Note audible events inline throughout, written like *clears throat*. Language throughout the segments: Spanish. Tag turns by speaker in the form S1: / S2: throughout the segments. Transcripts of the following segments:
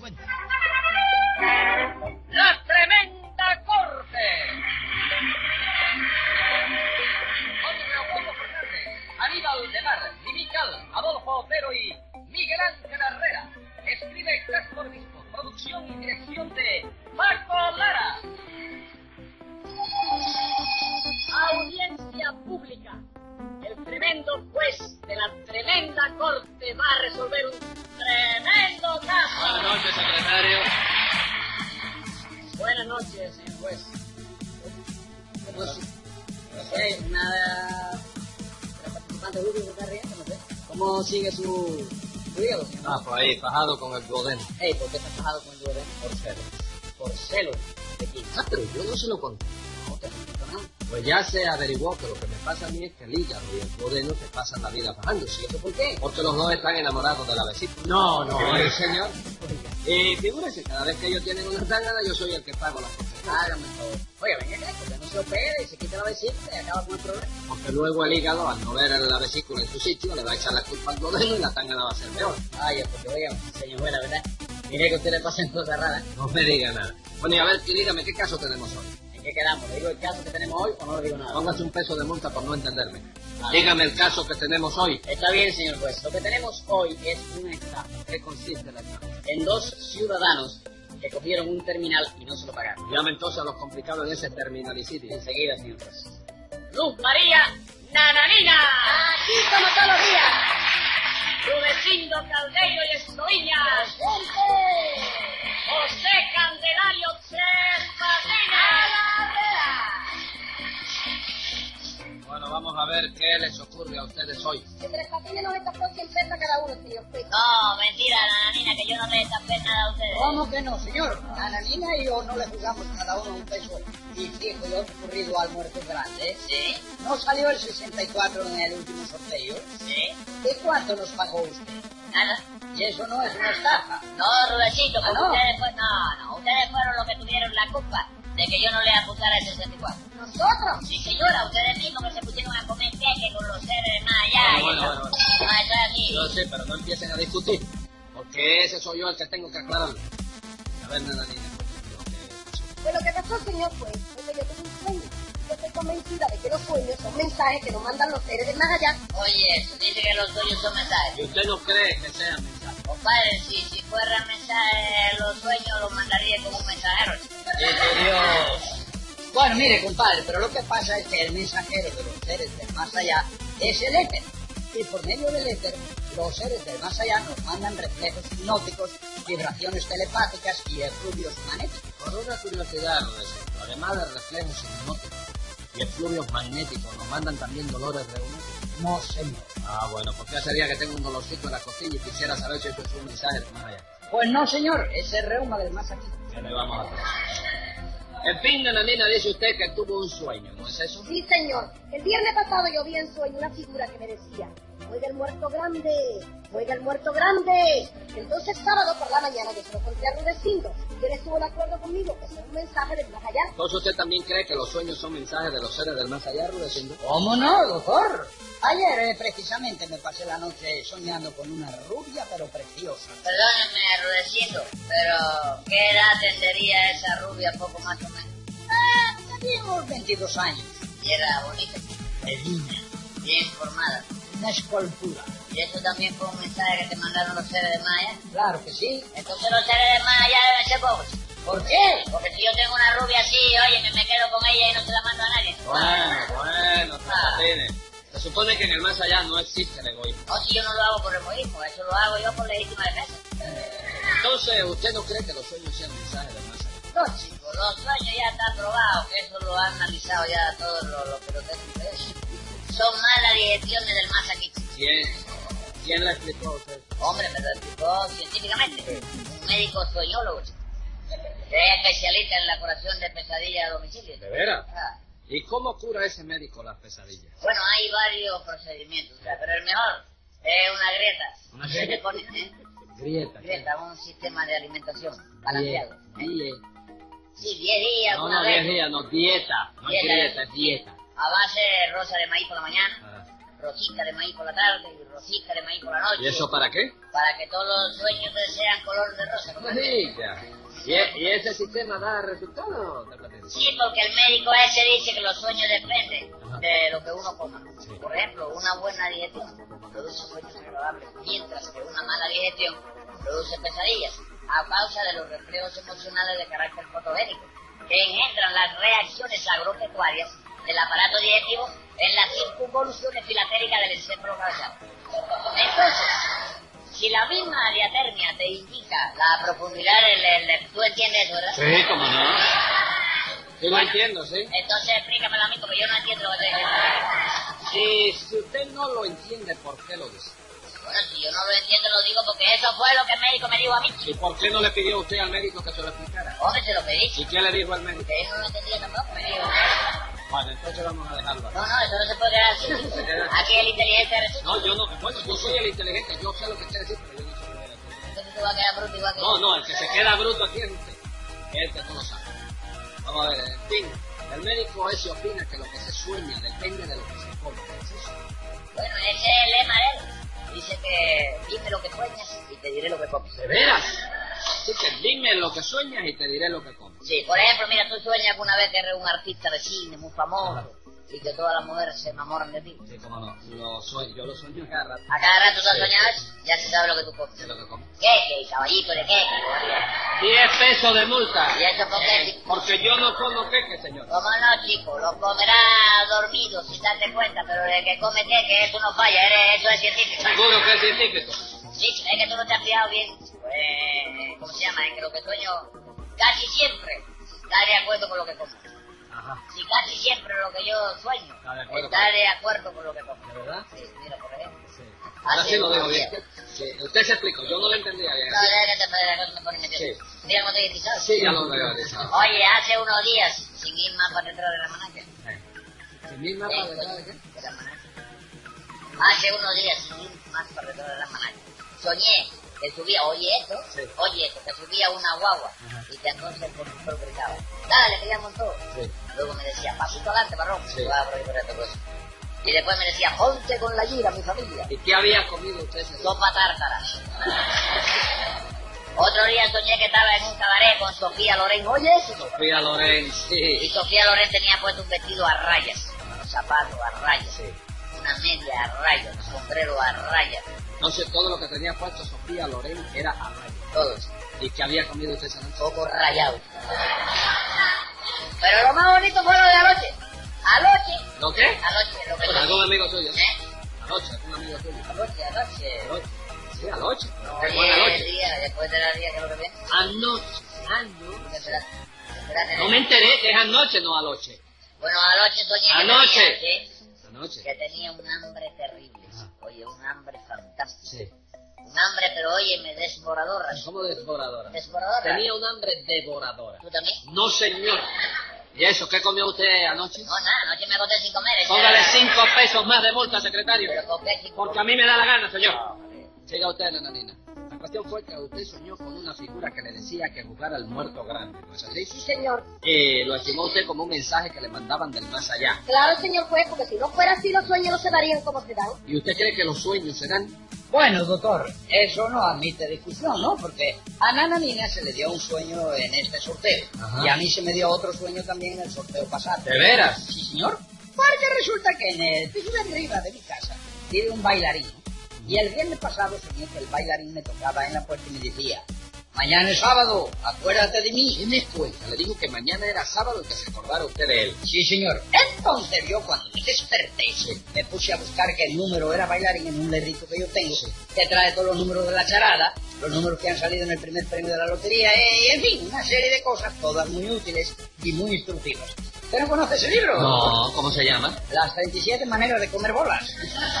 S1: cuenta.
S2: ¡La tremenda corte! Otro Juanjo Fernández, Aníbal de Mar, Mimical, Adolfo Otero y Miguel Ángel Herrera. Escribe Castro Obispo, producción y dirección de Paco Lara.
S3: Audiencia pública. El tremendo juez de la tremenda corte va a resolver un tremendo caso.
S2: noches, secretario.
S3: Buenas noches, señor juez. Pues, no sé, nada. La participante Willy se está riendo, no sé. ¿Cómo sigue su, su hígado, señor?
S2: Ah, pues ahí, fajado con el godén.
S3: Ey, ¿por qué está fajado con el duodeno? Por celos. Por celos. ¿De quién?
S2: Ah, pero yo no se lo conté.
S3: No, te repito nada.
S2: Pues ya se averiguó que lo que me pasa a mí es que el hígado y el godeno se pasan la vida fajándose.
S3: ¿Y eso por qué?
S2: Porque los dos están enamorados de la vesícula.
S1: No, no,
S2: Sí,
S1: es-
S2: señor. Eh, figúrese, cada vez que ellos tienen una tangana, yo soy el que pago las cosas.
S3: Hágame el favor. Oiga, venga acá, que usted no se opera y se quita la vesícula y acaba con el problema.
S2: Porque luego el hígado, al no ver la vesícula en su sitio, le va a echar la culpa al godeno y la tangana va a ser peor.
S3: Vaya, porque oiga, señor juez, la verdad, mire que a usted le pasan cosas raras.
S2: No me diga nada. Bueno, y a ver, y dígame, ¿qué caso tenemos hoy?
S3: ¿En qué quedamos? ¿Le digo el caso que tenemos hoy o no le digo nada?
S2: Póngase un peso de multa por no entenderme. Dígame el caso que tenemos hoy.
S3: Está bien, señor juez. Lo que tenemos hoy es una estafa
S2: ¿Qué consiste la estafa?
S3: en dos ciudadanos que cogieron un terminal y no se lo pagaron.
S2: Llame entonces a los complicados en ese terminalicidio.
S3: Enseguida, señor juez. Luz María Nananina. Aquí como todos los días. Rudecindo Caldeiro y Escoviña. José Candelario Tres Patines.
S2: Bueno, vamos a ver qué les ocurre a ustedes hoy.
S4: Que Tres Patines nos estafó 100 pesos a cada uno, tío. Pues,
S3: No, mentira, Nananina, que yo no les tapé nada a ustedes.
S5: ¿Cómo que no, señor? Nananina y yo no le jugamos cada uno un peso y fijo y ocurrido al muerto grande.
S3: Sí,
S5: ¿No salió el 64 en el último sorteo?
S3: sí,
S5: ¿De cuánto nos pagó usted?
S3: nada.
S5: Y eso no es una estafa.
S3: No, Rudecito, porque
S5: Ah, no.
S3: ustedes fueron... No, no, ustedes fueron los que tuvieron la culpa de que yo no le acusara el 64.
S4: nosotros.
S3: Sí, señora, ustedes mismos que se pusieron a comer queque con los seres más allá. y
S2: Bueno, bueno,
S3: eso.
S2: bueno.
S3: Más allá aquí.
S2: Yo sé, pero no empiecen a discutir, porque ese soy yo el que tengo que aclararlo. A ver, Nananina. lo que pasó.
S4: Pues lo que pasó, señor, pues, es que yo tengo un sueño. Yo estoy convencida de que los sueños son mensajes que nos mandan los seres de más allá.
S3: Oye, eso dice que los tuyos son mensajes.
S2: ¿Y usted no cree que sea mensaje?
S3: Compadre, si, si fueran mensajes, los sueños los mandaría como un mensajero. chico.
S5: Bueno, mire, compadre, pero lo que pasa es que el mensajero de los seres del más allá es el éter. Y por medio del éter, los seres del más allá nos mandan reflejos hipnóticos, vibraciones telepáticas y efluvios magnéticos.
S2: Por una curiosidad, Rudecindo, además de reflejos hipnóticos y efluvios magnéticos, nos mandan también dolores reumáticos.
S5: No, señor.
S2: Ah, bueno, porque hace día que tengo un dolorcito en la costilla y quisiera saber si eso es un mensaje de más allá.
S5: Pues no, señor, ese reuma del más aquí.
S2: ¿Qué le vamos a hacer? En fin, Nananina, dice usted que tuvo un sueño, ¿no es eso?
S4: Sí, señor. El viernes pasado yo vi en sueño una figura que me decía, juega el muerto grande, juega el muerto grande. Entonces, sábado por la mañana yo se lo conté a Rudecindo. Y él estuvo de acuerdo conmigo que eso es un mensaje del más allá.
S2: Entonces usted también cree que los sueños son mensajes de los seres del más allá, Rudecindo.
S5: ¿Cómo no, doctor? Ayer eh, precisamente me pasé la noche soñando con una rubia pero preciosa.
S3: Perdónenme, Rudecindo, pero ¿qué edad tendría esa rubia poco más o menos?
S5: Ah, tenía unos 22 años,
S3: Y era bonita,
S5: divina,
S3: bien formada.
S5: una escultura.
S3: Y eso también fue un mensaje que te mandaron los seres de Maya.
S5: Claro que sí.
S3: Entonces los seres de Maya deben ser pobres.
S5: ¿Por qué?
S3: Porque si yo tengo una rubia así, oye, me, me quedo con ella y no se la mando a nadie.
S2: bueno, Tatines. Se supone que en el más allá no existe el egoísmo.
S3: O si yo no lo hago por egoísmo, eso lo hago yo por legítima defensa.
S2: Entonces, ¿usted no cree que los sueños sean mensajes del más allá?
S3: No, chico, los sueños ya están probados, que eso lo han analizado ya todos los, los que lo tienen ustedes. Son más las digestiones del más aquí.
S2: ¿Quién? ¿Quién le explicó a usted?
S3: Hombre, me lo explicó científicamente. Un médico soñólogo, chico. Que es especialista en la curación de pesadillas a domicilio.
S2: ¿De veras?
S3: Ah.
S2: ¿Y cómo cura ese médico las pesadillas?
S3: Bueno, hay varios procedimientos, o sea, pero el mejor es una grieta.
S2: ¿Una
S3: *laughs* Se
S2: grieta?
S3: le pone, ¿eh?
S2: Grieta.
S3: Grieta, un sistema de alimentación balanceado.
S2: Diez.
S3: Sí, 10 días,
S2: No,
S3: una
S2: no,
S3: vez.
S2: diez días, no, dieta. No es
S3: Dieta.
S2: grieta, es dieta.
S3: A base de rosa de maíz por la mañana,
S2: Ah,
S3: rosita de maíz por la tarde y rosita de maíz por la noche.
S2: ¿Y eso para qué?
S3: para que todos los sueños sean color de rosa. ¿no?
S2: Maravilla. ¿Y, e- y ese sistema da resultado, Carlos?
S3: Sí, porque el médico ese dice que los sueños dependen de lo que uno coma. Por ejemplo, una buena digestión produce sueños agradables, mientras que una mala digestión produce pesadillas a causa de los reflejos emocionales de carácter fotogénico que engendran las reacciones agropecuarias del aparato digestivo en las circunvoluciones filatéricas del cerebro causal. Entonces, si la misma diatermia te indica la profundidad, del... del- tú entiendes eso, ¿verdad?
S2: Sí, cómo no. Sí, lo
S3: Bueno.
S2: entiendo, sí.
S3: Entonces explícamelo a mí porque yo no entiendo lo que te digo.
S2: Y si usted no lo entiende, ¿por qué lo dice?
S3: Bueno, si yo no lo entiendo lo digo porque eso fue lo que el médico me dijo a mí.
S2: ¿Y por qué no le pidió usted al médico que se lo explicara?
S3: Hombre, se lo pedí.
S2: ¿Y qué le dijo al médico?
S3: Que yo no lo entendía tampoco, me dijo.
S2: Bueno, entonces vamos a dejarlo así.
S3: No, no, eso no se puede quedar así. Aquí el inteligente eres tú.
S2: No, yo no. Bueno, yo soy el inteligente, yo sé lo que quiere decir, pero yo no sé lo que quiere decir.
S3: Entonces tú vas a quedar bruto igual que
S2: No,
S3: yo.
S2: no, el que se queda bruto aquí es usted. El que no lo sabe. Vamos a ver, en fin, el médico ese opina que lo que se sueña depende de lo que se come. ¿Es eso?
S3: Bueno, ese es el lema de él. Dice que dime lo que sueñas y te diré lo que comes.
S2: ¿De veras? Así que dime lo que sueñas y te diré lo que comes.
S3: Sí, por ejemplo, mira, tú sueñas alguna vez que eres un artista de cine muy famoso y que todas las mujeres se enamoran de ti.
S2: Sí, cómo no. Lo soy, yo lo sueño cada rato.
S3: A cada rato tú has
S2: Sí.
S3: soñado eso, ya se sabe lo que tú comes.
S2: Es lo que como.
S3: Queque, caballito de queque.
S2: 10 pesos de multa.
S3: ¿Y eso por qué, chico?
S2: Porque yo no como queque, señor.
S3: Como no, chico, lo comerá dormido sin darte cuenta, pero el que come queque, eso no falla, eres- eso es científico.
S2: Seguro que es científico.
S3: Sí, chico, es que tú no te has fijado bien. Pues, ¿cómo se llama? Es que lo que sueño casi siempre está de acuerdo con lo que como.
S2: Ajá.
S3: Si casi siempre lo que yo sueño
S2: Está de acuerdo
S3: está
S2: con-
S3: de acuerdo con lo que como.
S2: ¿De verdad?
S3: Sí, mira, por ejemplo.
S2: Sí.
S3: Así
S2: Ahora Ah, sí lo
S3: es,
S2: digo
S3: así
S2: bien. Sí, Usted se explicó, yo no lo entendía bien.
S3: No, déjate perder, la cosa me pone nervioso. Mira cómo estoy erizado.
S2: Sí, ya lo veo. Elizabeth.
S3: Oye, hace unos días, sin ir más para detrás de la manaca.
S2: Sí, mi mapa, ¿verdad? ¿De qué?
S3: de la manaca. Hace unos días, sin ir más para detrás de la manaca, soñé que subía, oye esto,
S2: Sí.
S3: oye esto, que subía una guagua
S2: Ajá.
S3: y que entonces el conductor gritaba, dale, que ya montó.
S2: Sí.
S3: Luego me decía, pasito adelante, varón,
S2: Sí.
S3: que va por ahí por esta cosa. este Y después me decía, ponte con la gira, mi familia.
S2: ¿Y qué había comido usted ese día?
S3: Sopa
S2: *laughs*
S3: tártara. Otro día soñé que estaba en un cabaret con Sofía Loren. Oye, eso.
S2: Sofía Lorenz,
S3: Y
S2: sí.
S3: Sofía Loren tenía puesto un vestido a rayas, unos zapatos a rayas,
S2: Sí.
S3: una media a rayas, un sombrero a rayas,
S2: Entonces todo lo que tenía puesto Sofía Loren era a rayos.
S3: todo eso,
S2: ¿Y qué había comido usted esa noche?
S3: poco rayado. Pero lo más bonito fue lo de anoche. Anoche,
S2: ¿Lo qué?
S3: anoche, lo que
S2: Con algún amigo suyo.
S3: ¿Eh?
S2: Anoche, algún amigo suyo.
S3: Anoche, anoche.
S2: Anoche. Sí, anoche. ¿Qué fue
S3: Oye, el
S2: anoche?
S3: día, después de la día que lo que viene,
S2: Anoche. Anoche.
S3: espérate, espérate.
S2: No me enteré que es anoche, no anoche.
S3: Bueno, anoche soñé que
S2: Anoche.
S3: tenía, ¿sí?
S2: Anoche.
S3: que tenía un hambre terrible. Oye, un hambre fantástica.
S2: Sí.
S3: Un hambre, pero óyeme, desmoradora.
S2: ¿Cómo desboradora?
S3: Desmoradora.
S2: Tenía un hambre devoradora.
S3: ¿Tú también?
S2: No, señor. ¿Y eso? ¿Qué comió usted anoche?
S3: No, nada, anoche me acosté sin comer. esa
S2: Póngale
S3: era-
S2: cinco pesos más de multa, secretario.
S3: Pero Ah, ¿por qué sin
S2: Porque a mí me da la gana, señor. Siga usted, nananina. La cuestión fue que usted soñó con una figura que le decía que jugara al muerto grande, ¿no es así?
S4: Sí, señor.
S2: Eh, lo estimó usted como un mensaje que le mandaban del más allá.
S4: Claro, señor juez, porque si no fuera así, los sueños no se darían como se dan.
S2: ¿Y usted cree que los sueños serán?
S3: Bueno, doctor.
S5: Eso no admite discusión, ¿no? Porque a Nana Nina se le dio un sueño en este sorteo.
S2: Ajá.
S5: Y a mí se me dio otro sueño también en el sorteo pasado.
S2: ¿De veras?
S5: Sí, señor. Porque resulta que en el piso de arriba de mi casa vive un bailarín. Y el viernes pasado soñé que el bailarín me tocaba en la puerta y me decía, mañana es sábado, acuérdate de mí.
S2: ¿Qué me cuenta? Le dijo que mañana era sábado y que se acordara usted de él.
S5: Sí, señor. Entonces yo cuando me desperté, me puse a buscar qué número era bailarín en un letrito que yo tengo, que trae todos los números de la charada, los números que han salido en el primer premio de la lotería, eh, y en fin, una serie de cosas, todas muy útiles y muy instructivas. ¿Usted no conoce ese libro?
S2: No, ¿cómo se llama?
S5: Las 37 maneras de comer bolas.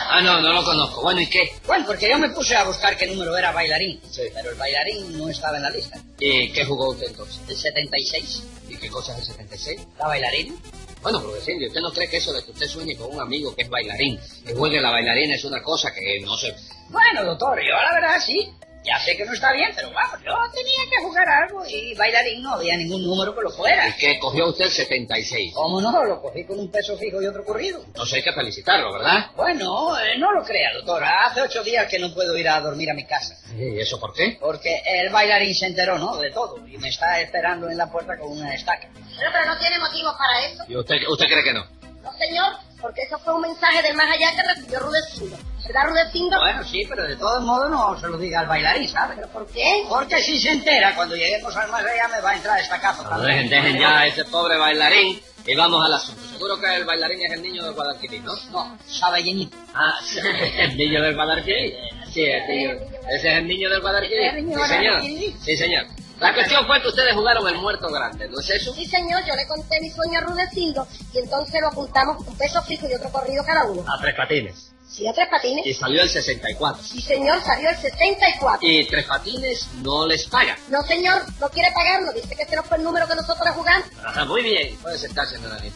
S2: Ah, no, no lo conozco. Bueno, ¿y qué?
S5: Bueno, porque yo me puse a buscar qué número era bailarín,
S2: Sí.
S5: pero el bailarín no estaba en la lista.
S2: ¿Y Eh, qué jugó usted entonces?
S5: El 76,
S2: ¿Y qué cosa es el 76?
S5: la bailarina.
S2: Bueno, profesor, ¿usted no cree que eso de que usted sueñe con un amigo que es bailarín, que juegue la bailarina es una cosa que no se...
S5: Bueno, doctor, yo la verdad sí. Ya sé que no está bien, pero vamos, yo tenía que jugar tocar algo y bailarín no había ningún número que lo fuera.
S2: Y que cogió usted 76.
S5: ¿Cómo no? Lo cogí con un peso fijo y otro corrido.
S2: Entonces Oh, hay que felicitarlo, ¿verdad?
S5: Bueno, eh, no lo crea, doctora. Hace ocho días que no puedo ir a dormir a mi casa.
S2: ¿Y eso por qué?
S5: Porque el bailarín se enteró, ¿no? De todo. Y me está esperando en la puerta con una estaca.
S4: Bueno, pero no tiene motivo para eso.
S2: ¿Y usted, usted cree que no?
S4: No, señor, porque eso fue un mensaje del más allá que recibió Rudecindo. ¿Verdad, Rudecindo?
S5: Bueno, sí, pero de todos modos no se lo diga al bailarín, ¿sabe?
S4: ¿Pero por qué?
S5: Porque si se entera, cuando lleguemos al más allá me va a entrar esta capa.
S2: Pero dejen, dejen ya a ese pobre bailarín y vamos al asunto. Seguro que el bailarín es el niño de Guadalquivir, ¿no?
S5: No, sabe llenito.
S2: Ah, *laughs* sí, el niño del Guadalquivir. Sí, el niño. Ese es el niño del Guadalquivir. Sí, señor. Sí, señor. La cuestión fue que ustedes jugaron el muerto grande, ¿no es eso?
S4: Sí, señor, yo le conté mi sueño a Rudecindo y entonces lo apuntamos un peso fijo y otro corrido cada uno.
S2: A tres patines.
S4: Sí, a tres patines.
S2: Y salió el 64.
S4: Sí, señor, salió el 74.
S2: Y tres patines no les paga.
S4: No, señor, no quiere pagarlo. Dice que este no fue el número que nosotros jugamos.
S2: Ajá, muy bien. Puede sentarse, Melanie.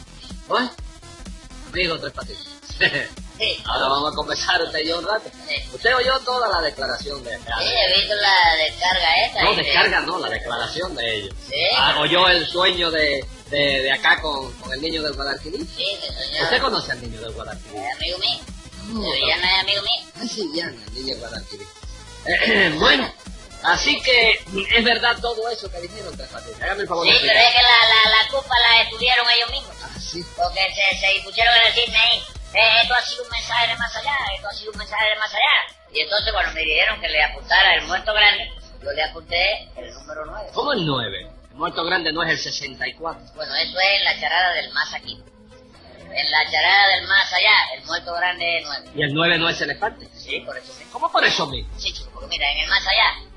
S2: ¿Bueno? Amigo, tres patines. *laughs*
S3: Sí.
S2: Ahora vamos a conversar usted y yo un rato.
S3: Sí.
S2: Usted oyó toda la declaración de
S3: Sí, he visto la descarga esa.
S2: No,
S3: y-
S2: descarga no, la declaración de ellos.
S3: Sí.
S2: Ah, oyó el sueño de, de, de acá con, con el niño del Guadalquivir.
S3: Sí, sí, señor.
S2: ¿Usted conoce al niño del Guadalquivir?
S3: Es amigo mío.
S2: No,
S3: Pero ya no es amigo mío.
S2: Ah, Eh, sí, ya, el niño del Guadalquivir. Eh, *clears throat* bueno, así que es verdad todo eso que dijeron Tres Patines. Hágame el favor
S3: Sí,
S2: de
S3: pero es
S2: explicar.
S3: que la, la, la culpa la estuvieron ellos mismos.
S2: Ah, sí.
S3: Porque se, se dispusieron a decirme ahí, eh, esto ha sido un mensaje de más allá, esto ha sido un mensaje de más allá. Y entonces cuando me dijeron que le apuntara el muerto grande, yo le apunté el número 9.
S2: ¿Cómo el 9? El muerto grande no es el 64.
S3: Bueno, eso es en la charada del más aquí. En la charada del más allá, el muerto grande es 9.
S2: ¿Y el 9 no es elefante?
S3: Sí, por eso mismo.
S2: ¿Cómo por eso mismo?
S3: Sí, chico, porque mira, en el más allá,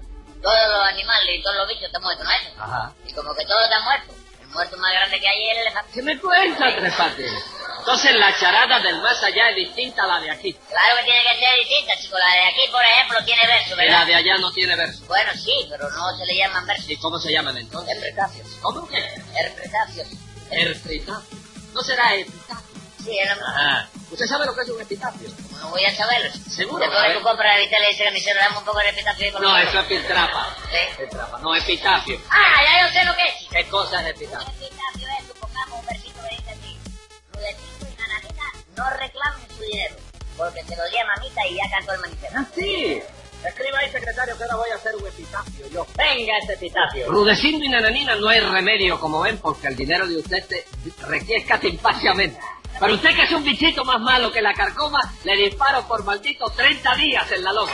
S3: todos los animales y todos los bichos están muertos, ¿no es eso?
S2: Ajá.
S3: Y como que todos están muertos, el muerto más grande que hay es el elefante.
S2: ¿Qué me cuenta, Tres Patines? Entonces la charada del más allá es distinta a la de aquí.
S3: Claro que tiene que ser distinta, chico. La de aquí, por ejemplo, tiene verso,
S2: Y la
S3: ¿verdad?
S2: de allá no tiene verso.
S3: Bueno, sí, pero no se le llaman verso.
S2: ¿Y cómo se llaman entonces?
S3: Herpetáceos.
S2: ¿Cómo que?
S3: Herpetáceos.
S2: Erpitafio. ¿No será epitafio?
S3: Sí, es lo mismo.
S2: Ajá. ¿Usted sabe lo que es un epitafio?
S3: No voy a saberlo.
S2: Seguro,
S3: Después
S2: a
S3: que
S2: ver.
S3: tú compras la vista le dices al misero, dame un poco de herpetáceo y con
S2: No,
S3: nosotros.
S2: eso es piltrapa.
S3: Sí.
S2: Piltrapa, no epitafio.
S3: Ah, ya yo sé lo que es. chico.
S2: ¿Qué cosa es epitafio?
S3: Epitafio es, este eh, supongamos, un versito que dice así. Rudecindo y Nananita no reclamen su dinero, porque se lo di a mamita y ya cantó el manifiesto.
S2: Sí. Escriba ahí, secretario, que ahora voy a hacer un epitafio yo.
S3: Venga ese epitafio.
S2: Rudecindo y Nananina no hay remedio, como ven, porque el dinero de usted te requiesca simpáticamente. Pero usted que es un bichito más malo que la carcoma, le disparo por maldito 30 días en la loma.